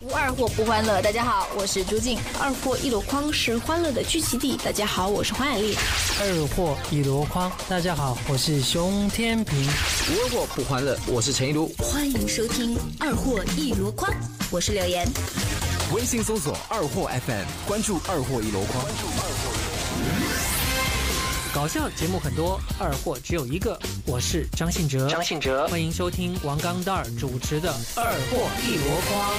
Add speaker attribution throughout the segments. Speaker 1: 无二货不欢乐。大家好，我是朱静。
Speaker 2: 二货一箩筐是欢乐的聚集地。大家好，我是黄雅莉。
Speaker 3: 二货一箩筐，大家好，我是熊天平。
Speaker 4: 无二货不欢乐，我是陈一如。
Speaker 5: 欢迎收听《二货一箩筐》，我是柳岩。
Speaker 4: 微信搜索“二货 FM”，关注“二货一箩筐”。
Speaker 3: 搞笑节目很多，二货只有一个。我是张信哲，
Speaker 6: 张信哲，
Speaker 3: 欢迎收听王刚蛋儿主持的《二货一箩筐》。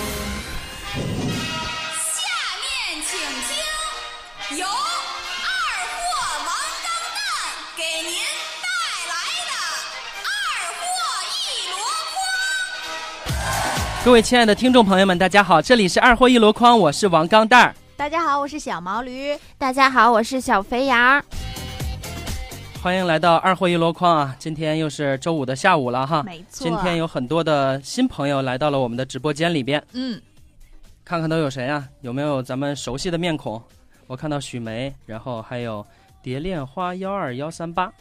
Speaker 7: 下面请听由二货王刚蛋给您带来的《二货一箩筐》。
Speaker 8: 各位亲爱的听众朋友们，大家好，这里是二货一箩筐，我是王刚蛋儿。
Speaker 9: 大家好，我是小毛驴。
Speaker 10: 大家好，我是小肥羊。
Speaker 8: 欢迎来到二货一箩筐啊！今天又是周五的下午了哈，
Speaker 9: 没错
Speaker 8: 今天有很多的新朋友来到了我们的直播间里边，
Speaker 9: 嗯，
Speaker 8: 看看都有谁啊？有没有咱们熟悉的面孔？我看到许梅，然后还有蝶恋花幺二幺三八，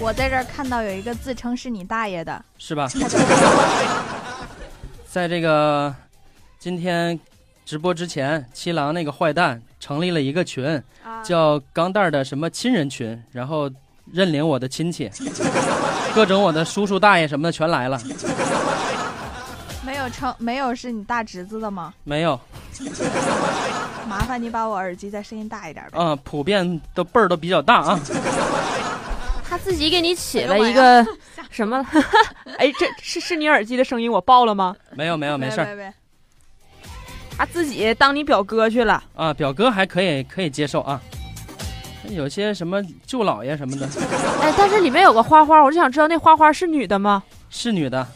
Speaker 9: 我在这儿看到有一个自称是你大爷的，
Speaker 8: 是 吧？在这个今天直播之前，七郎那个坏蛋成立了一个群，
Speaker 9: 啊
Speaker 8: 叫“钢蛋儿的什么亲人群”，然后认领我的亲 戚，各种我的叔叔大爷什么的全来了。
Speaker 9: 没有称没有是你大侄子的吗？
Speaker 8: 没有，
Speaker 9: 麻烦你把我耳机再声音大一点呗。
Speaker 8: 啊、普遍的辈儿都比较大啊。
Speaker 10: 他自己给你起了一个 什么？哎，这是是你耳机的声音，我爆了吗？
Speaker 8: 没有没有，没事儿
Speaker 9: 儿。
Speaker 10: 他自己当你表哥去了。
Speaker 8: 啊，表哥还可以可以接受啊。有些什么舅姥爷什 么的，
Speaker 10: 哎，但是里面有个花花，我就想知道那花花是女的吗？
Speaker 8: 是女的，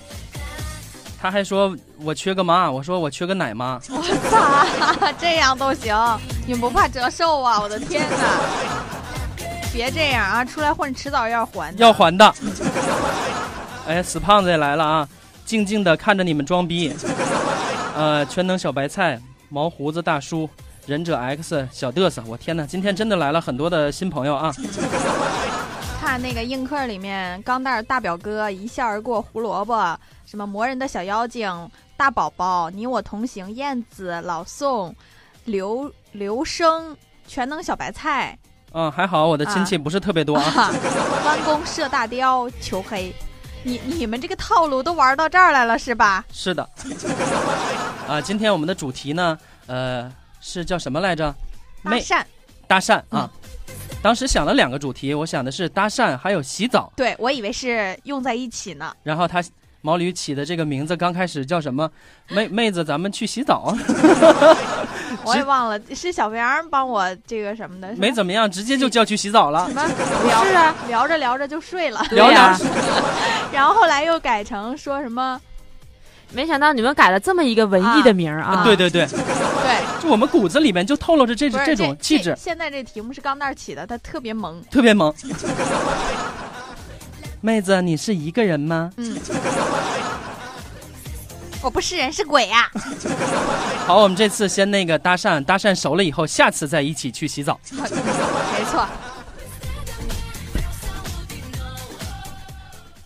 Speaker 8: 他还说我缺个妈，我说我缺个奶妈。
Speaker 9: 我操， 这样都行？你不怕折寿啊？我的天哪！别这样啊，出来混迟早要还的。
Speaker 8: 要还 的。哎，死胖子也来了啊！静静的看着你们装逼。呃，全能小白菜、毛胡子大叔、忍者 X、小嘚瑟，我天哪，今天真的来了很多的新朋友啊！
Speaker 9: 看那个映客里面，钢蛋儿大表哥一笑而过，胡萝卜，什么魔人的小妖精，大宝宝，你我同行，燕子，老宋，刘刘生，全能小白菜，
Speaker 8: 嗯，还好我的亲戚不是特别多啊。
Speaker 9: 啊，弯弓射大雕，球黑，你你们这个套路都玩到这儿来了是吧？
Speaker 8: 是的。 啊，今天我们的主题呢，呃，是叫什么来着？
Speaker 9: 搭
Speaker 8: 妹
Speaker 9: 讪，
Speaker 8: 搭讪啊。当时想了两个主题，我想的是搭讪还有洗澡，
Speaker 9: 对我以为是用在一起呢，
Speaker 8: 然后他毛驴起的这个名字刚开始叫什么？妹妹子，咱们去洗澡啊。
Speaker 9: 我也忘了是小肥羊帮我这个什么的，是吧
Speaker 8: 没怎么样，直接就叫去洗澡了
Speaker 9: 什。么聊是啊，聊着聊着就睡了。
Speaker 8: 聊
Speaker 10: 对呀
Speaker 8: 聊，
Speaker 9: 然后后来又改成说什么？
Speaker 10: 没想到你们改了这么一个文艺的名儿啊！
Speaker 8: 对对对，
Speaker 9: 对，
Speaker 8: 就我们骨子里面就透露着这
Speaker 9: 不是
Speaker 8: 这种气质，
Speaker 9: 现在这题目是钢蛋儿起的，他特别萌。
Speaker 8: 特别萌。 妹子，你是一个人吗？
Speaker 9: 嗯，我不是人是鬼啊呀、
Speaker 8: 好，我们这次先那个搭讪，搭讪熟了以后，下次再一起去洗澡。
Speaker 9: 没错，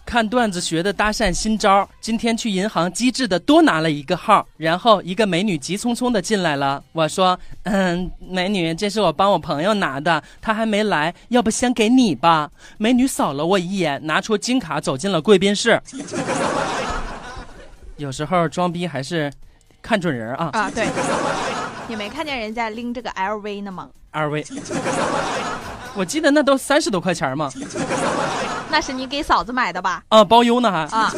Speaker 8: 看段子学的搭讪新招，今天去银行机智的多拿了一个号，然后一个美女急匆匆的进来了。我说：“嗯，美女，这是我帮我朋友拿的，他还没来，要不先给你吧。”美女扫了我一眼，拿出金卡走进了贵宾室。 有时候装逼还是看准人啊，
Speaker 9: 啊，对。你没看见人家拎这个 LV 呢吗？
Speaker 8: 二位。我记得那都三十多块钱嘛，
Speaker 9: 那是你给嫂子买的吧？
Speaker 8: 啊，包邮呢还。
Speaker 9: 啊，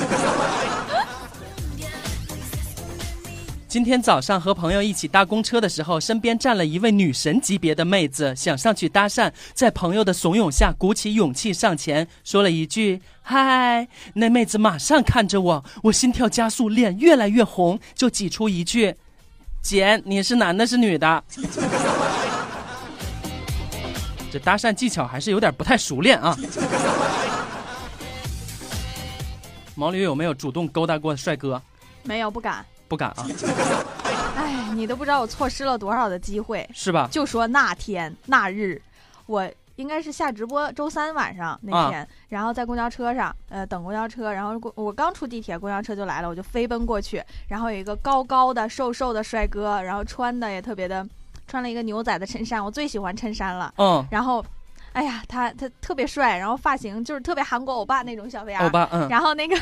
Speaker 8: 今天早上和朋友一起搭公车的时候，身边站了一位女神级别的妹子，想上去搭讪，在朋友的怂恿下，鼓起勇气上前说了一句“嗨”，那妹子马上看着我，我心跳加速，脸越来越红，就挤出一句：“姐，你是男的，是女的？” 这搭讪技巧还是有点不太熟练啊。毛驴有没有主动勾搭过帅哥？
Speaker 9: 没有，不敢。
Speaker 8: 不敢啊，
Speaker 9: 哎，你都不知道我错失了多少的机会。
Speaker 8: 是吧？
Speaker 9: 就说那天那日，我应该是下直播周三晚上那
Speaker 8: 啊
Speaker 9: 天，然后在公交车上，呃，等公交车，然后公我刚出地铁，公交车就来了，我就飞奔过去，然后有一个高高的、瘦瘦的帅哥，然后穿的也特别的，穿了一个牛仔的衬衫，我最喜欢衬衫了，
Speaker 8: 嗯，
Speaker 9: 然后。哎呀，他他特别帅，然后发型就是特别韩国欧巴那种小飞
Speaker 8: 欧
Speaker 9: 儿。
Speaker 8: 巴，嗯，
Speaker 9: 然后那个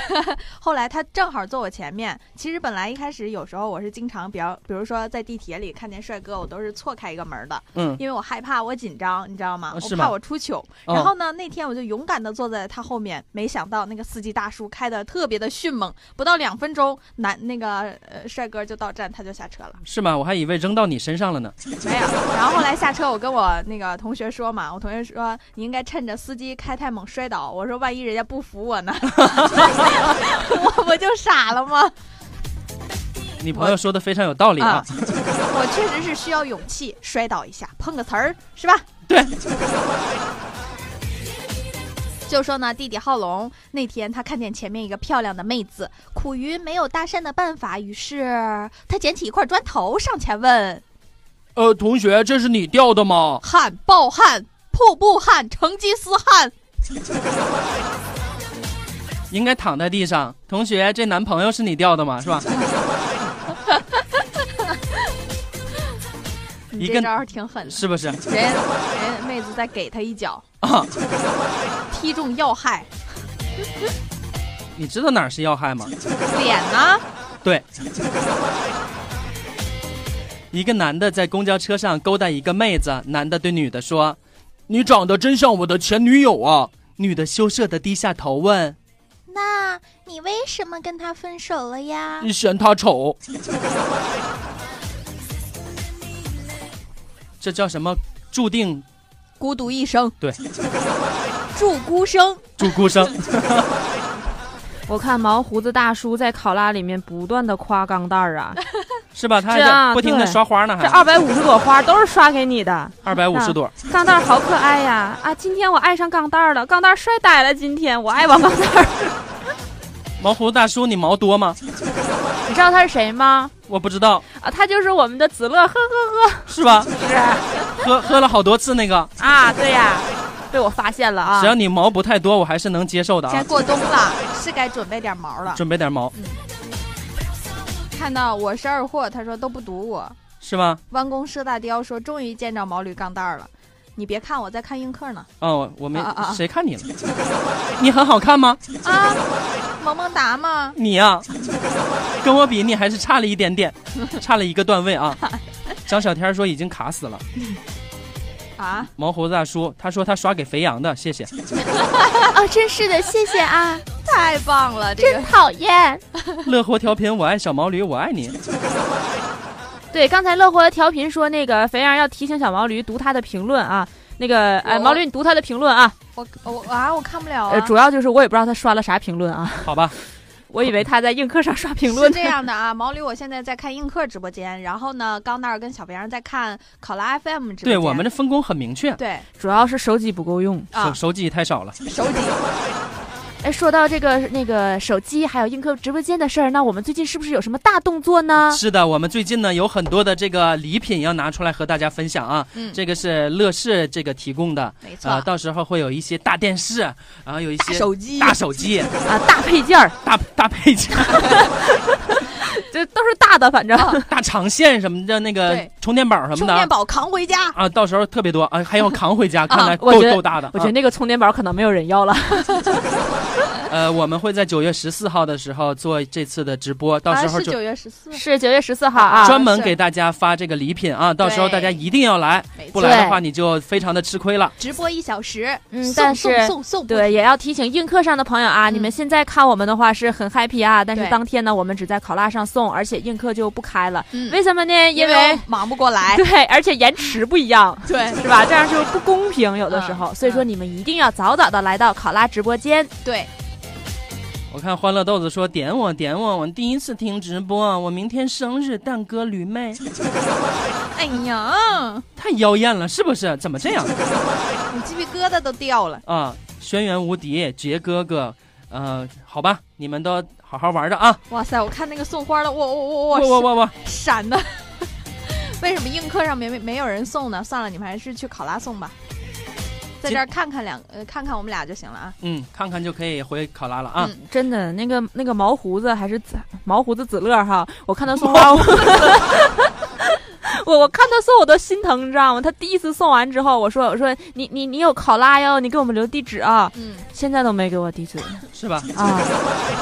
Speaker 9: 后来他正好坐我前面。其实本来一开始有时候我是经常比较，比如说在地铁里看见帅哥，我都是错开一个门儿的，
Speaker 8: 嗯，
Speaker 9: 因为我害怕，我紧张，你知道吗？
Speaker 8: 哦是
Speaker 9: 我
Speaker 8: 吗
Speaker 9: 怕我出糗。
Speaker 8: 哦
Speaker 9: 然后呢，那天我就勇敢的坐在他后面，没想到那个司机大叔开的特别的迅猛，不到两分钟，男那个呃帅哥就到站，他就下车了。
Speaker 8: 是吗？我还以为扔到你身上了呢。
Speaker 9: 没有。然后后来下车，我跟我那个同学说嘛，我同学说你应该趁着司机开太猛摔倒，我说万一人家不服我呢， 我不就傻了吗？
Speaker 8: 你朋友说的非常有道理啊
Speaker 9: 啊，我确实是需要勇气，摔倒一下，碰个瓷儿，是吧？
Speaker 8: 对。
Speaker 9: 就说呢，弟弟浩龙那天他看见前面一个漂亮的妹子，苦于没有搭讪的办法，于是他捡起一块砖头上前问：“
Speaker 8: 呃，同学，这是你掉的吗？
Speaker 9: 汗、暴汗、瀑布汗、成吉思汗。
Speaker 8: 应该躺在地上。同学，这男朋友是你掉的吗？是吧？
Speaker 9: 你
Speaker 8: 一
Speaker 9: 嗯这
Speaker 8: 个
Speaker 9: 招儿挺狠的，
Speaker 8: 是不是？
Speaker 9: 人人妹子再给他一脚，
Speaker 8: 啊，
Speaker 9: 踢中要害，
Speaker 8: 你知道哪儿是要害吗？
Speaker 9: 脸呢？
Speaker 8: 对，一个男的在公交车上勾搭一个妹子，男的对女的说：“你长得真像我的前女友啊。”女的羞涩的低下头问
Speaker 1: 那你为什么跟他分手了 呀：“？
Speaker 8: 你嫌她丑？” 这叫什么？注定
Speaker 9: 孤独一生，
Speaker 8: 对，
Speaker 9: 祝孤生。
Speaker 8: 注孤生。
Speaker 10: 我看毛胡子大叔在考拉里面不断的夸钢蛋儿啊，
Speaker 8: 是吧？他还
Speaker 10: 这
Speaker 8: 在
Speaker 10: 样
Speaker 8: 不停的
Speaker 10: 对啊
Speaker 8: 刷花呢，还
Speaker 10: 这二百五十朵花都是刷给你的。
Speaker 8: 二百五十朵。
Speaker 10: 钢蛋儿好可爱呀！啊，今天我爱上钢蛋儿了，钢蛋儿摔呆了。今天我爱王钢蛋儿，
Speaker 8: 毛胡子大叔，你毛多吗？
Speaker 10: 你知道他是谁吗？
Speaker 8: 我不知道，
Speaker 10: 啊，他就是我们的子乐，呵呵呵。
Speaker 8: 是吧？
Speaker 10: 是
Speaker 8: 喝喝了好多次那个，
Speaker 10: 啊，对呀、被我发现了啊
Speaker 8: 只！要你毛不太多，我还是能接受的
Speaker 9: 现在
Speaker 8: 啊。
Speaker 9: 过冬了，是该准备点毛了。
Speaker 8: 准备点毛，
Speaker 9: 看到我是二货，他说都不读我。
Speaker 8: 是吧？
Speaker 9: 弯弓射大雕说终于见着毛驴钢蛋儿了。你别看我在看映客呢
Speaker 8: 哦，我没
Speaker 9: 啊啊啊
Speaker 8: 谁看你了，你很好看吗？
Speaker 9: 啊，萌萌哒嘛，
Speaker 8: 你呀、跟我比你还是差了一点点，差了一个段位啊。张小天说已经卡死了，
Speaker 9: 啊，
Speaker 8: 毛胡子大叔他说他刷给肥羊的，谢谢。
Speaker 2: 哦，真是的，谢谢啊，
Speaker 9: 太棒了！这
Speaker 2: 真
Speaker 9: 个
Speaker 2: 讨厌。
Speaker 8: 乐活调频，我爱小毛驴，我爱你。
Speaker 10: 对，刚才乐活调频说那个肥羊要提醒小毛驴读他的评论啊。那个呃，
Speaker 9: 我
Speaker 10: 毛驴，你读他的评论啊。
Speaker 9: 我我啊，我看不了
Speaker 10: 呃，
Speaker 9: 啊。
Speaker 10: 主要就是我也不知道他刷了啥评论 啊，
Speaker 8: 好吧，
Speaker 10: 我以为他在映客上刷评论
Speaker 9: 是这样的啊，毛驴，我现在在看映客直播间，然后呢，钢蛋儿跟小肥羊在看考拉 FM 直播间。
Speaker 8: 对我们这分工很明确，
Speaker 9: 对
Speaker 10: 主要是手机不够用。
Speaker 8: 手
Speaker 9: 啊，
Speaker 8: 手机太少了。
Speaker 9: 手机
Speaker 10: 哎，说到这个那个手机还有映客直播间的事儿，那我们最近是不是有什么大动作
Speaker 9: 啊
Speaker 10: 呢？
Speaker 8: 是的，我们最近呢有很多的这个礼品要拿出来和大家分享啊。
Speaker 9: 嗯
Speaker 8: 这个是乐视这个提供的，
Speaker 9: 没错
Speaker 8: 啊，，到时候会有一些大电视，然后有一些
Speaker 9: 手机
Speaker 8: 大手机、
Speaker 10: 啊，大配件儿，
Speaker 8: 大大配 件、
Speaker 10: 这都是大的，反 正、
Speaker 9: 啊
Speaker 8: 大长线什么的，那个
Speaker 9: 对
Speaker 8: 充电宝什
Speaker 9: 充
Speaker 8: 么的
Speaker 9: 电
Speaker 8: 啊
Speaker 9: 宝扛回家。
Speaker 8: 啊，到时候特别多啊，还要扛回家，看来
Speaker 10: 我
Speaker 8: 够
Speaker 10: 觉得
Speaker 8: 够大的。
Speaker 10: 我觉得
Speaker 8: 啊
Speaker 10: 那个充电宝可能没有人 要了。
Speaker 8: 呃，我们会在九月十四号的时候做这次的直播，到时
Speaker 9: 啊
Speaker 8: 候
Speaker 9: 是
Speaker 8: 就
Speaker 9: 九月十四，
Speaker 10: 是九月十四号啊，
Speaker 8: 专门
Speaker 9: 是
Speaker 8: 给大家发这个礼品啊，到时候
Speaker 9: 对
Speaker 8: 大家一定要来，
Speaker 9: 没
Speaker 8: 不
Speaker 9: 错，
Speaker 8: 来的话你就非常的吃亏了。
Speaker 9: 直播一小时，
Speaker 10: 嗯，
Speaker 9: 送
Speaker 10: 但是。
Speaker 9: 送送送，
Speaker 10: 对，也要提醒映客上的朋友啊，
Speaker 9: 嗯
Speaker 10: 你们现在看我们的话是很 happy 啊，但是
Speaker 9: 对
Speaker 10: 当天呢，我们只在考拉上送，而且映客就不开了。
Speaker 9: 嗯
Speaker 10: 为什么呢？因
Speaker 9: 因
Speaker 10: 为
Speaker 9: 为忙不过来。
Speaker 10: 对，而且延迟不一样，
Speaker 9: 对
Speaker 10: 是吧？这样就不公平，有的时候。
Speaker 9: 嗯
Speaker 10: 所以说，
Speaker 9: 嗯
Speaker 10: 你们一定要早早的来到考拉直播间。
Speaker 9: 对，
Speaker 8: 我看欢乐豆子说点我点我，我第一次听直播，我明天生日，蛋哥驴妹
Speaker 9: 哎呀，
Speaker 8: 太妖艳了，是不是？怎么这样
Speaker 9: 我鸡皮疙瘩都掉了。
Speaker 8: 啊？轩辕无敌，杰哥哥，呃，好吧，你们都好好玩着啊！
Speaker 9: 哇塞，我看那个送花的，我我
Speaker 8: 我
Speaker 9: 我
Speaker 8: 我
Speaker 9: 我
Speaker 8: 我我，
Speaker 9: 闪的。 为什么映客上面没没有人送呢？算了，你们还是去考拉送吧。在这儿看看两呃看看我们俩就行了啊。
Speaker 8: 嗯，看看就可以回考拉了啊。
Speaker 9: 嗯
Speaker 10: 真的，那个那个毛胡子还是紫毛胡子子乐哈，我看他 送花，我 我我看他送我都心疼，你知道吗？他第一次送完之后，我说我说你你你有考拉哟，你给我们留地址啊，
Speaker 9: 嗯，
Speaker 10: 现在都没给我地址
Speaker 8: 是吧？
Speaker 10: 啊，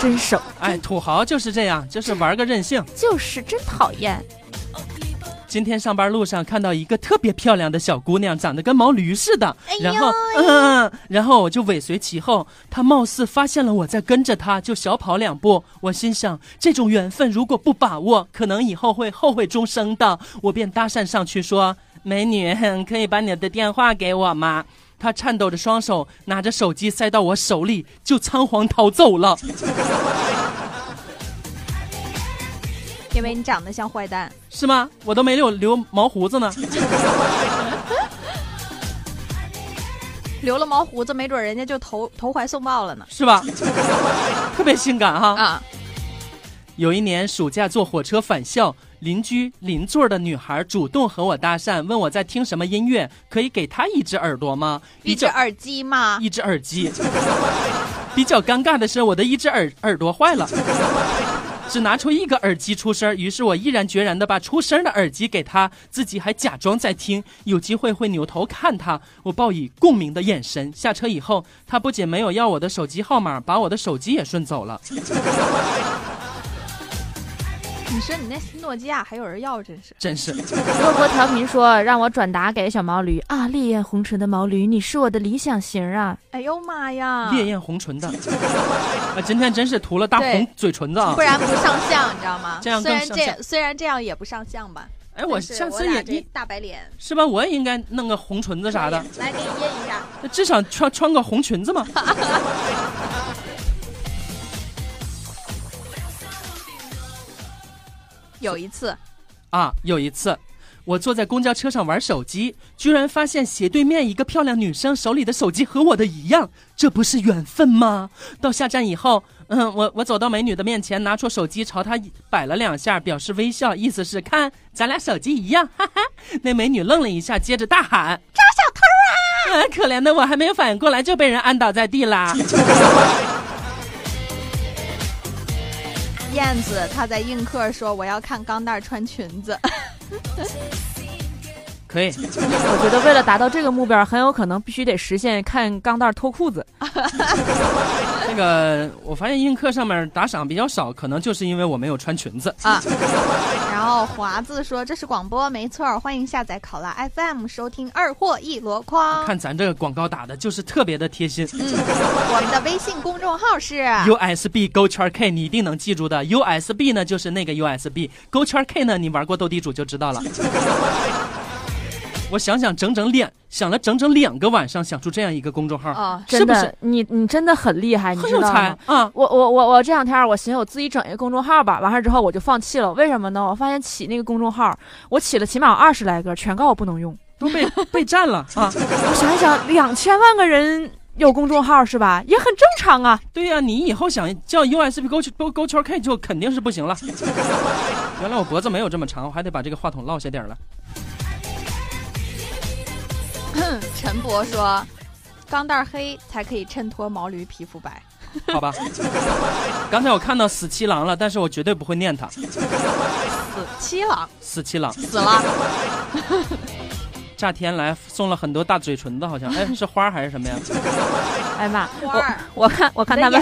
Speaker 10: 真手
Speaker 8: 哎，土豪就是这样，就是玩个任性。
Speaker 10: 就是真讨厌，
Speaker 8: 今天上班路上看到一个特别漂亮的小姑娘，长得跟毛驴似的，
Speaker 1: 哎呦
Speaker 8: 然后嗯、然后 我就尾随其后。她貌似发现了我在跟着她，就小跑两步。我心想，这种缘分如果不把握，可能以后会后悔终生的。我便搭讪上去说：“美女，嗯可以把你的电话给我吗？”她颤抖着双手，拿着手机塞到我手里，就仓皇逃走了。
Speaker 9: 因为你长得像坏蛋。
Speaker 8: 是吗？我都没有留毛胡子呢。
Speaker 9: 留了毛胡子，没准人家就投投怀送抱了呢。
Speaker 8: 是吧？ 特别性感哈、
Speaker 9: 啊，
Speaker 8: 有一年暑假坐火车返校，邻居邻座的女孩主动和我搭讪，问我在听什么音乐，可以给她一只耳朵吗？
Speaker 9: 一只
Speaker 8: 比较
Speaker 9: 耳机嘛，
Speaker 8: 一只耳机。 比较尴尬的是，我的一只耳耳朵坏了，只拿出一个耳机出声儿。于是我毅然决然的把出声儿的耳机给她，自己还假装在听。有机会会扭头看她，我报以共鸣的眼神。下车以后，她不仅没有要我的手机号码，把我的手机也顺走了。
Speaker 9: 你说你那诺基亚还有人要，真是
Speaker 8: 真是，
Speaker 10: 波波调频说让我转达给小毛驴啊，烈焰红唇的毛驴，你是我的理想型啊，
Speaker 9: 哎呦妈呀，
Speaker 8: 烈焰红唇的，啊，今天真是涂了大红
Speaker 9: 对
Speaker 8: 嘴唇子啊
Speaker 9: 不！然不上相，你知道吗？
Speaker 8: 这样
Speaker 9: 虽
Speaker 8: 更
Speaker 9: 然
Speaker 8: 上
Speaker 9: 这
Speaker 8: 相
Speaker 9: 虽然这样也不上相吧，
Speaker 8: 哎，我
Speaker 9: 但是
Speaker 8: 上次
Speaker 9: 俩
Speaker 8: 也
Speaker 9: 这
Speaker 8: 你
Speaker 9: 大白脸
Speaker 8: 是吧？我也应该弄个红唇子啥的，，
Speaker 9: 来给你印一下。
Speaker 8: 那至少穿穿个红裙子嘛。
Speaker 9: 有一次，
Speaker 8: 啊，有一次，我坐在公交车上玩手机，居然发现斜对面一个漂亮女生手里的手机和我的一样，这不是缘分吗？到下站以后，嗯，我我走到美女的面前，拿出手机朝她摆了两下，表示微笑，意思是看咱俩手机一样，哈哈。那美女愣了一下，接着大喊：“抓小偷啊！”可怜的我还没有反应过来就被人按倒在地啦。
Speaker 9: 燕子她在映客说我要看钢蛋儿穿裙子，
Speaker 8: 可以，
Speaker 10: 我觉得为了达到这个目标，很有可能必须得实现看钢蛋儿脱裤子。
Speaker 8: 那个我发现映客上面打赏比较少，可能就是因为我没有穿裙子。
Speaker 9: 啊然后华子说这是广播，没错儿，欢迎下载考拉 FM 收听二货一箩
Speaker 10: 啊
Speaker 9: 筐。
Speaker 8: 看咱这个广告打的就是特别的贴心。
Speaker 9: 我们的微信公众号是
Speaker 8: USB 勾圈 K 你一定能记住的，USB 呢就是那个 USB，勾圈 K 呢你玩过斗地主就知 道了。我想想整整两想了整整两个晚上，想出这样一个公众号，
Speaker 9: 哦，
Speaker 8: 是
Speaker 10: 真
Speaker 8: 不
Speaker 10: 的，
Speaker 8: 是
Speaker 10: 你你真的很厉害，你
Speaker 8: 很
Speaker 10: 知
Speaker 8: 有
Speaker 10: 道
Speaker 8: 才
Speaker 10: 吗？
Speaker 8: 啊！
Speaker 10: 我我我我这两天我寻思我自己整一个公众号吧，完事儿之后我就放弃了。为什么呢？我发现起那个公众号，我起了起码有二十来个，全告我不能用。
Speaker 8: 都被被占了啊！
Speaker 10: 我想一想，两千万个人有公众号是吧？也很正常啊。
Speaker 8: 对呀、你以后想叫 USB 勾圈勾勾圈 K 就肯定是不行了。原来我脖子没有这么长，我还得把这个话筒落下点儿了。
Speaker 9: 陈博说，钢蛋儿黑才可以衬托毛驴皮肤白。
Speaker 8: 好吧，刚才我看到死七郎了，但是我绝对不会念他。
Speaker 9: 死七郎
Speaker 8: 死七郎
Speaker 9: 死了，
Speaker 8: 炸天来送了很多大嘴唇子，好像哎是花还是什么呀？
Speaker 10: 哎呀妈，
Speaker 9: 花儿
Speaker 10: 我我看我看他们，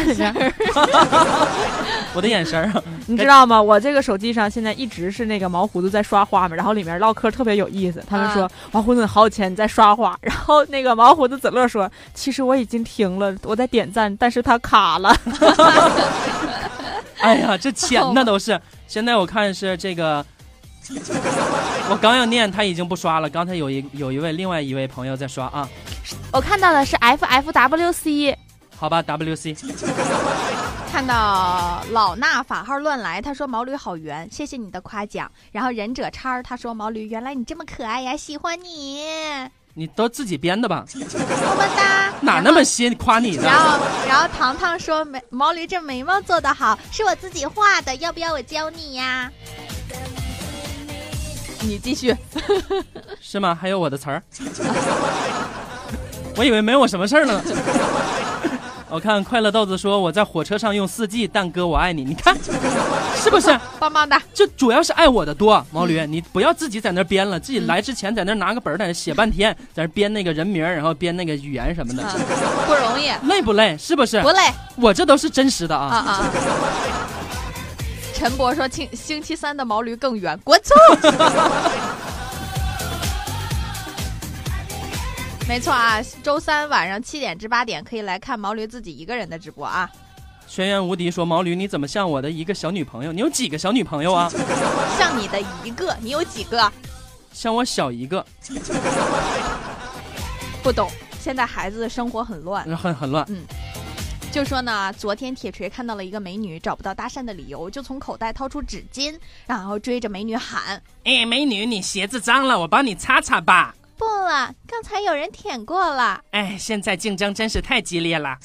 Speaker 8: 我的眼神儿啊，
Speaker 10: 你知道吗？我这个手机上现在一直是那个毛胡子在刷花嘛，然后里面唠嗑特别有意思。他们说、
Speaker 9: 啊
Speaker 10: 毛胡子你好有钱，你在刷花。然后那个毛胡子子乐说，其实我已经停了，我在点赞，但是他卡了。
Speaker 8: 哎呀，这钱呢都是。现在我看是这个，我刚要念他已经不刷了。刚才有一有一位另外一位朋友在刷啊，
Speaker 10: 我看到的是 F F W C，
Speaker 8: 好吧，WC
Speaker 9: 看到老衲法号乱来，他说毛驴好圆，谢谢你的夸奖。然后忍者叉儿他说毛驴，原来你这么可爱呀，喜欢你，
Speaker 8: 你都自己编的吧？
Speaker 9: 么么哒。
Speaker 8: 哪那么些夸你
Speaker 9: 然
Speaker 8: 的？
Speaker 9: 后，然后糖糖说眉毛驴这眉毛做得好，是我自己画的，要不要我教你呀？你继续。
Speaker 8: 是吗？还有我的词儿。 我以为没有我什么事儿呢。我看快乐豆子说我在火车上用四 G，蛋哥我爱你。你看是不是？
Speaker 9: 棒棒哒！
Speaker 8: 这主要是爱我的多，毛驴，你不要自己在那儿编了，自己来之前在那儿拿个本儿在那儿写半天，在那儿编那个人名儿，然后编那个语言什么的，
Speaker 9: 嗯不容易，
Speaker 8: 累不累？是不是
Speaker 9: 不？累
Speaker 8: 我这都是真实的
Speaker 9: 啊
Speaker 8: 啊。
Speaker 9: 啊！陈博说：“星星期三的毛驴更圆，滚粗。” 没错啊，周三晚上七点至八点可以来看毛驴自己一个人的直播啊。
Speaker 8: 轩辕无敌说毛驴，你怎么像我的一个小女朋友？你有几个小女朋 友啊？
Speaker 9: 像你的一个，你有几个？
Speaker 8: 像我小一个，
Speaker 9: 不懂。现在孩子的生活很乱，
Speaker 8: 很很乱。
Speaker 9: 就说呢，昨天铁锤看到了一个美女，找不到搭讪的理由，就从口袋掏出纸巾，然后追着美女喊
Speaker 8: 哎，美女，你鞋子脏了，我帮你擦擦吧。：“
Speaker 1: 不了，刚才有人舔过了。
Speaker 8: 哎，现在竞争真是太激烈了。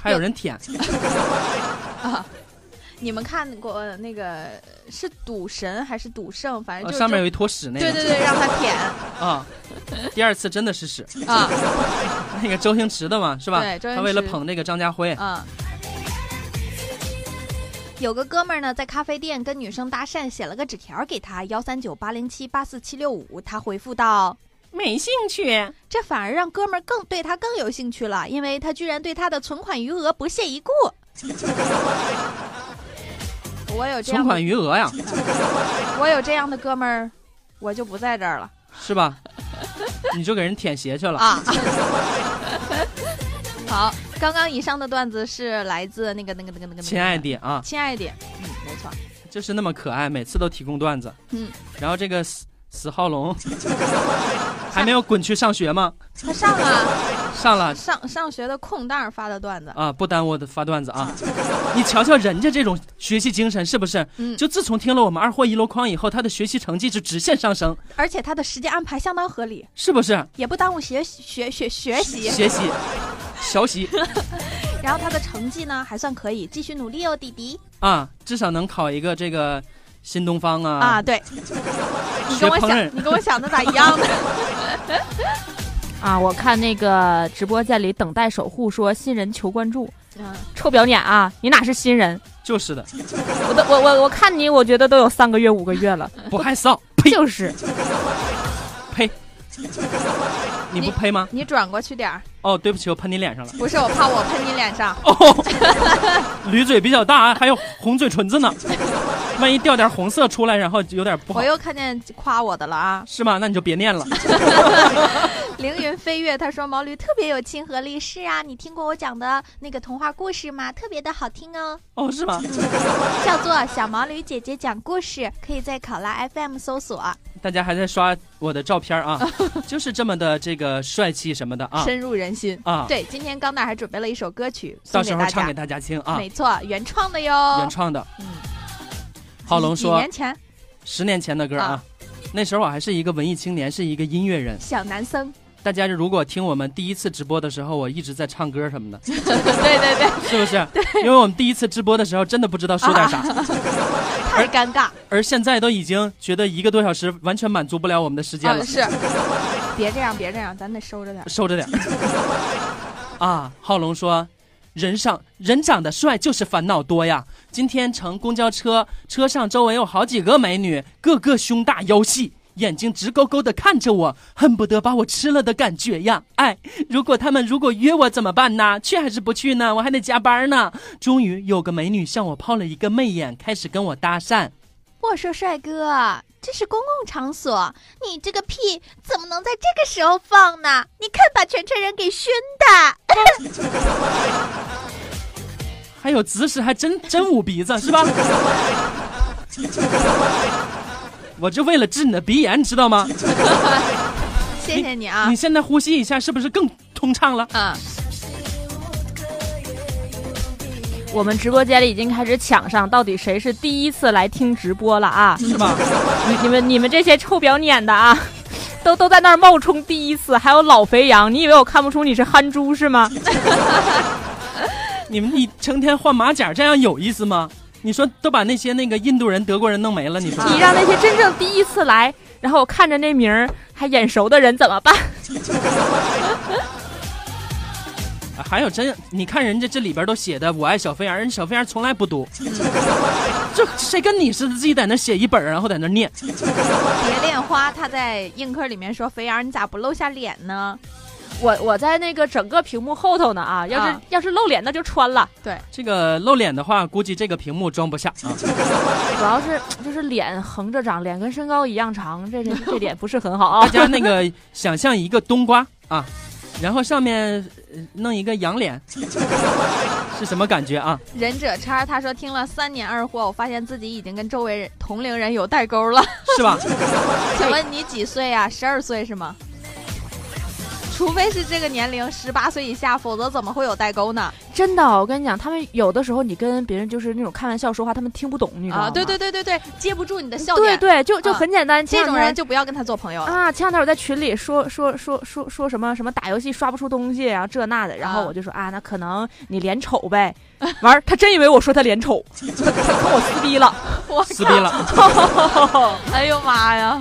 Speaker 8: 还有人舔，
Speaker 9: 啊你们看过呃那个是赌神还是赌圣？反正
Speaker 8: 呃
Speaker 9: 就是、
Speaker 8: 上面有一坨屎那个。
Speaker 9: 对对对，让他舔
Speaker 8: 啊，第二次真的是屎，
Speaker 9: 啊
Speaker 8: 那个周星驰的嘛，是吧？
Speaker 9: 对周星驰
Speaker 8: 他为了捧那个张家辉，
Speaker 9: 啊！有个哥们儿呢，在咖啡店跟女生搭讪，写了个纸条给她，幺三九八零七八四七六五，他回复道。
Speaker 8: 没兴趣。
Speaker 9: 这反而让哥们儿更对他更有兴趣了，因为他居然对他的存款余额不屑 一顾。我有这
Speaker 8: 存
Speaker 9: 样
Speaker 8: 款
Speaker 9: 的，
Speaker 8: 余额呀，
Speaker 9: 我有这样的哥们儿，我就不在这儿了
Speaker 8: 是吧？你就给人舔鞋去了。
Speaker 9: 啊。 好，刚刚以上的段子是来自那个那个那个那个
Speaker 8: 亲爱，的啊，
Speaker 9: 亲爱的，嗯，没错，
Speaker 8: 就是那么可爱，每次都提供段子。
Speaker 9: 嗯，
Speaker 8: 然后这个死死浩龙还没有滚去上学吗？
Speaker 9: 他上啊
Speaker 8: 上了
Speaker 9: 上上学的空档发的段子，
Speaker 8: 啊，不耽误我的发段子啊。你瞧瞧人家这种学习精神是不是？
Speaker 9: 嗯
Speaker 8: 就自从听了我们二货一箩筐以后，他的学习成绩是直线上升，
Speaker 9: 而且他的时间安排相当合理，
Speaker 8: 是不是？
Speaker 9: 也不耽误学学学学习。
Speaker 8: 学习，学 习
Speaker 9: 然后他的成绩呢还算可以，继续努力哦，弟弟
Speaker 8: 啊，至少能考一个这个新东方啊。
Speaker 9: 啊！对，你
Speaker 8: 学
Speaker 9: 跟我
Speaker 8: 烹
Speaker 9: 想
Speaker 8: 饪，
Speaker 9: 你跟我想的咋一样呢？
Speaker 10: 啊！我看那个直播间里等待守护说新人求关注，
Speaker 9: 嗯
Speaker 10: 臭不要脸啊！你哪是新人？
Speaker 8: 就是的，
Speaker 10: 我都我我我看你，我觉得都有三个月五个月了，
Speaker 8: 不害臊，呸
Speaker 10: 就是
Speaker 8: 呸！你不呸吗？
Speaker 9: 你转过去点儿，
Speaker 8: 哦，对不起，我喷你脸上了。
Speaker 9: 不是我怕我喷你脸 上。
Speaker 8: 哦，驴嘴比较大，啊还有红嘴唇子呢，万一掉点红色出来，然后有点不好
Speaker 9: 我，又看见夸我的 了啊！
Speaker 8: 是吗？那你就别念了。
Speaker 9: 凌云飞跃，他说毛驴 特别有亲和力，是啊，你听过我讲的那个童话故事吗？特别的好听哦，
Speaker 8: 哦，是吗？
Speaker 9: 叫做《小毛驴姐姐讲故事》，可以在考拉 FM 搜索。
Speaker 8: 大家还在刷我的照片 啊，就是这么的这个帅气什么的啊
Speaker 9: 深入人心。
Speaker 8: 啊，
Speaker 9: 对，今天钢蛋还准备了一首歌曲送
Speaker 8: 到
Speaker 9: 给
Speaker 8: 时候
Speaker 9: 大
Speaker 8: 唱给
Speaker 9: 家，
Speaker 8: 大家听啊，
Speaker 9: 没错，原创的哟。
Speaker 8: 原创的。
Speaker 9: 嗯
Speaker 8: 浩龙
Speaker 9: 几
Speaker 8: 说
Speaker 9: 几年前
Speaker 8: 十年前的歌啊
Speaker 9: 啊，
Speaker 8: 那时候我还是一个文艺青年，是一个音乐人。
Speaker 9: 小男生，
Speaker 8: 大家如果听我们第一次直播的时候，我一直在唱歌什么的，
Speaker 9: 对对对，
Speaker 8: 是不是？因为我们第一次直播的时候真的不知道说点啥，
Speaker 9: 太尴尬
Speaker 8: 而现在都已经觉得一个多小时完全满足不了我们的时间
Speaker 9: 啊！
Speaker 8: 了，
Speaker 9: 是，别这样，别这样，咱得收着点儿。
Speaker 8: 收着点儿。啊，浩龙说。人上人长得帅就是烦恼多呀！今天乘公交车，车上周围有好几个美女，个个胸大腰细，眼睛直勾勾的看着我，恨不得把我吃了的感觉呀！哎，如果他们如果约我怎么办呢？去还是不去呢？我还得加班呢。终于有个美女向我抛了一个媚眼，开始跟我搭讪。
Speaker 1: 我说帅哥，这是公共场所，你这个屁怎么能在这个时候放呢？你看把全车人给熏的。
Speaker 8: 还有姿势还真真捂鼻子是吧？我就为了治你的鼻炎，知道吗？
Speaker 9: 谢谢你啊
Speaker 8: 你，现在呼吸一下，是不是更通畅了？
Speaker 9: 嗯，
Speaker 10: 我们直播间里已经开始抢上，到底谁是第一次来听直播了啊？
Speaker 8: 是吧？
Speaker 10: 你你们你们这些臭不要脸的啊，都都在那儿冒充第一次，还有老肥羊，你以为我看不出你是憨猪是吗？
Speaker 8: 你们你成天换马甲，这样有意思吗？你说都把
Speaker 10: 啊
Speaker 8: 那些那个印度人、德国人弄没了，你说
Speaker 10: 你让那些真正第一次来，然后我看着那名儿还眼熟的人怎么办？
Speaker 8: 啊还有真，你看人家这里边都写的“我爱小飞羊”，人家小飞羊从来不读，这谁跟你似的，自己在那写一本，然后在那念。
Speaker 9: 蝶恋花他在映客里面说：“肥羊，你咋不露下脸呢
Speaker 10: 我我在那个整个屏幕后头呢啊，要是、
Speaker 9: 啊
Speaker 10: 要是露脸那就穿了，
Speaker 8: 这个露脸的话，估计这个屏幕装不下啊。
Speaker 10: 主要是就是脸横着长，脸跟身高一样长，这这这脸不是很好
Speaker 8: 大
Speaker 10: 啊。
Speaker 8: 家那个想象一个冬瓜啊，然后上面呃弄一个羊脸，是什么感觉啊？？”
Speaker 9: 忍者叉他说：“听了三年二货，我发现自己已经跟周围人同龄人有 代沟了。
Speaker 8: 是吧？
Speaker 9: 请问你几岁啊？十二岁是吗？除非是这个年龄十八岁以下，否则怎么会有代沟呢？
Speaker 10: 真的，我跟你讲，他们有的时候你跟别人就是那种开玩笑说话，他们听不懂，你知道吗？
Speaker 9: 啊，对对对对对，接不住你的笑
Speaker 10: 对
Speaker 9: 点，
Speaker 10: 对，就就
Speaker 9: 啊
Speaker 10: 很简单，前
Speaker 9: 这
Speaker 10: 两
Speaker 9: 种
Speaker 10: 天
Speaker 9: 人就不要跟他做朋友了。
Speaker 10: 啊，前两天我在群里说说说说说什么什么打游戏刷不出东西，然后这那的，然后
Speaker 9: 啊
Speaker 10: 我就说啊，那可能你脸丑呗。 完儿，他真以为我说他脸丑，他他跟我撕逼了。
Speaker 8: 撕逼了。
Speaker 9: 哎呦妈呀！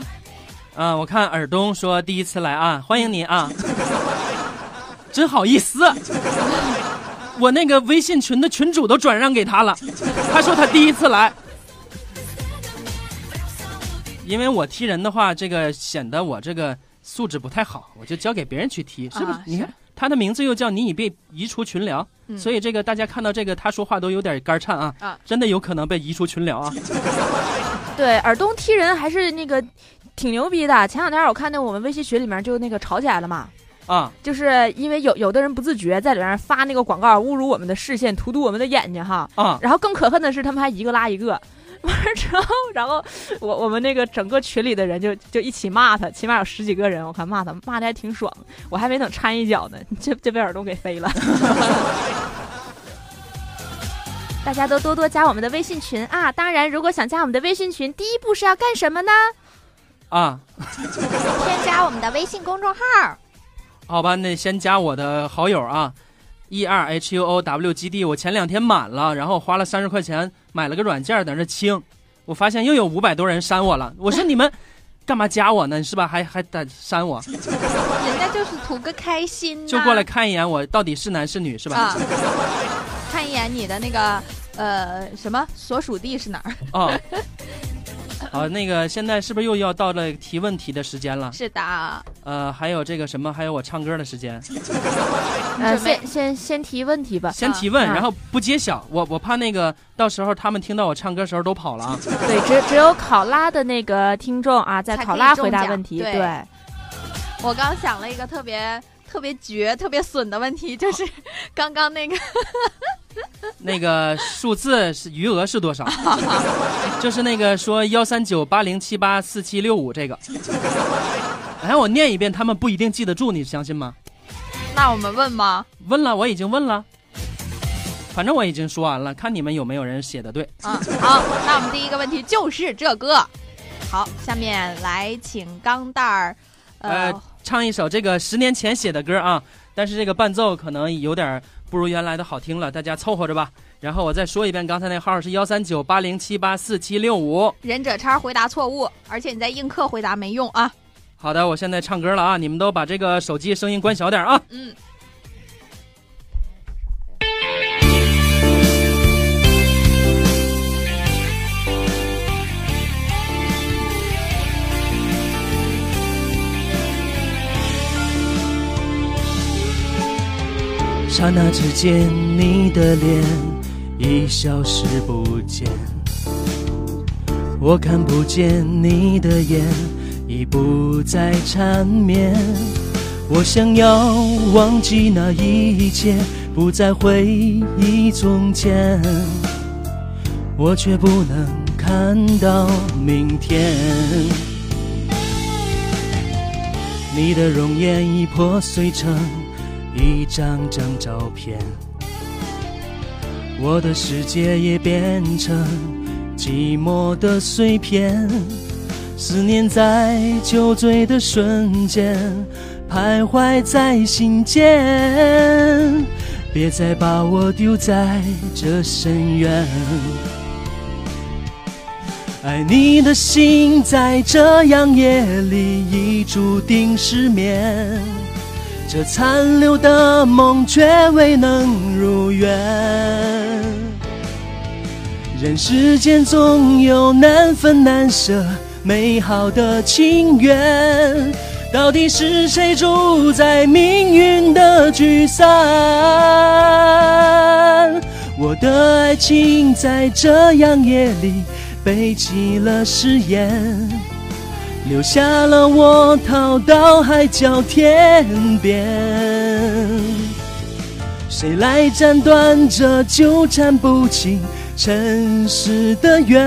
Speaker 8: 啊，我看尔东说第一次来啊，欢迎你啊， 真好意思。啊我那个微信群的群主都转让给他了，他说他第一次来，因为我踢人的话，这个显得我这个素质不太好，我就交给别人去踢，是不是？
Speaker 9: 啊
Speaker 8: 你看他的名字又叫你已被移除群聊，
Speaker 9: 嗯
Speaker 8: 所以这个大家看到这个他说话都有点肝颤啊，
Speaker 9: 啊
Speaker 8: 真的有可能被移除群聊啊。
Speaker 10: 对，尔东踢人还是那个挺牛逼的。前两天我看那我们微信群里面就那个吵起来了嘛。
Speaker 8: 啊，
Speaker 10: 就是因为有有的人不自觉在里面发那个广告，侮辱我们的视线，荼毒我们的眼睛哈。
Speaker 8: 啊
Speaker 10: 然后更可恨的是，他们还一个拉一个。完了之后，然后我我们那个整个群里的人就就一起骂他，起码有十几个人，我看骂他骂的还挺爽。我还没等掺一脚呢，就就被耳洞给飞了。 大家都多多加我们的微信群啊！当然，如果想加我们的微信群，第一步是要干什么呢？
Speaker 8: 啊，
Speaker 1: 添加我们的微信公众号。
Speaker 8: 好吧，那先加我的好友啊，e r h u o w g d。我前两天满了，然后花了三十块钱买了个软件在那清，我发现又有五百多人删我了。我说你们干嘛加我呢？是吧？ 还还得删我，
Speaker 9: 啊人家就是图个开心、呐
Speaker 8: 就过来看一眼我到底是男是女是 吧？
Speaker 9: 啊，看一眼你的那个呃什么所属地是哪儿？
Speaker 8: 哦。好，那个现在是不是又要到了提问题的时间了？
Speaker 9: 是的，
Speaker 8: 呃，还有这个什么，还有我唱歌的时间，
Speaker 10: 呃，
Speaker 9: 准备
Speaker 10: 先先先提问题吧。
Speaker 8: 先提问，
Speaker 10: 啊
Speaker 8: 然后不揭晓，我我怕那个到时候他们听到我唱歌时候都跑了啊。
Speaker 10: 对，只只有考拉的那个听众啊，在
Speaker 9: 才
Speaker 10: 考
Speaker 9: 可以
Speaker 10: 拉
Speaker 9: 中
Speaker 10: 回答
Speaker 9: 奖
Speaker 10: 问题。
Speaker 9: 对我刚想了一个特别特别绝、特别损的问题， 就是刚刚那个
Speaker 8: 那个数字是余额是多少？就是那个说幺三九八零七八四七六五这个。哎，我念一遍，他们不一定记得住，你相信吗？
Speaker 9: 那我们问吗？
Speaker 8: 问了，我已经问了，反正我已经说完了，看你们有没有人写的对。
Speaker 9: 啊，好，那我们第一个问题就是这个。好，下面来请钢蛋儿，呃
Speaker 8: 呃，唱一首这个十年前写的歌啊，但是这个伴奏可能有点不如原来的好听了，大家凑合着吧。然后我再说一遍，刚才那号是幺三九八零七八四七六五。
Speaker 9: 忍者叉回答错误，而且你在映客回答没用啊。
Speaker 8: 好的，我现在唱歌了啊，你们都把这个手机声音关小点啊。
Speaker 9: 嗯，
Speaker 8: 刹那之间，你的脸已消失不见，我看不见你的眼，已不再缠绵。我想要忘记那一切，不再回忆从前，我却不能看到明天。你的容颜已破碎成一张张照片，我的世界也变成寂寞的碎片。思念在酒醉的瞬间徘徊在心间，别再把我丢在这深渊。爱你的心在这样夜里已注定失眠，这残留的梦却未能如愿。人世间总有难分难舍美好的情缘，到底是谁主宰命运的聚散？我的爱情在这样夜里背弃了誓言，留下了我逃到海角天边。谁来斩断这纠缠不清尘世的缘？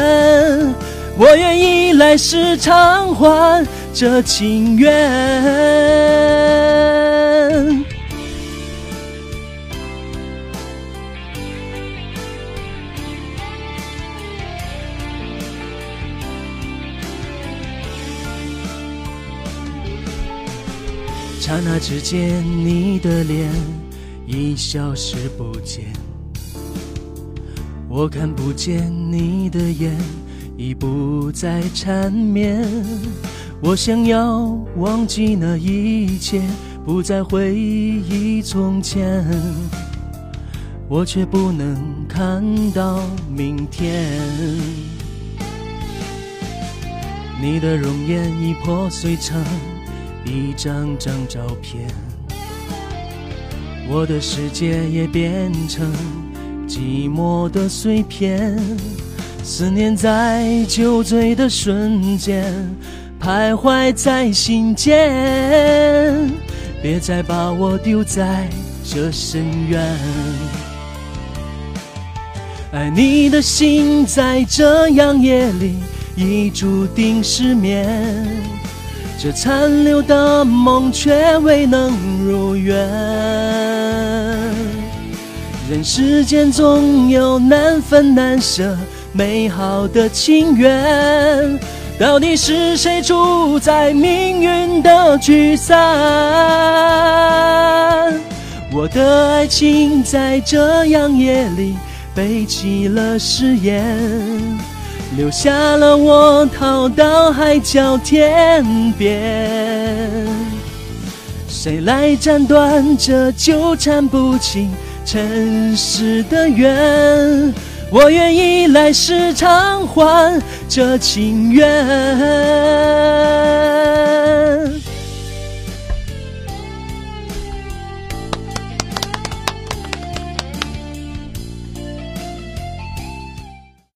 Speaker 8: 我愿意来世偿还这情缘。刹那之间，你的脸已消失不见，我看不见你的眼，已不再缠绵。我想要忘记那一切，不再回忆从前，我却不能看到明天。你的容颜已破碎成一张张照片，我的世界也变成寂寞的碎片。思念在酒醉的瞬间徘徊在心间，别再把我丢在这深渊。爱你的心在这样夜里已注定失眠，这残留的梦却未能如愿。人世间总有难分难舍美好的情缘，到底是谁主宰命运的聚散？我的爱情在这样夜里背弃了誓言，留下了我逃到海角天边。谁来斩断这纠缠不清尘世的缘？我愿意来世偿还这情缘。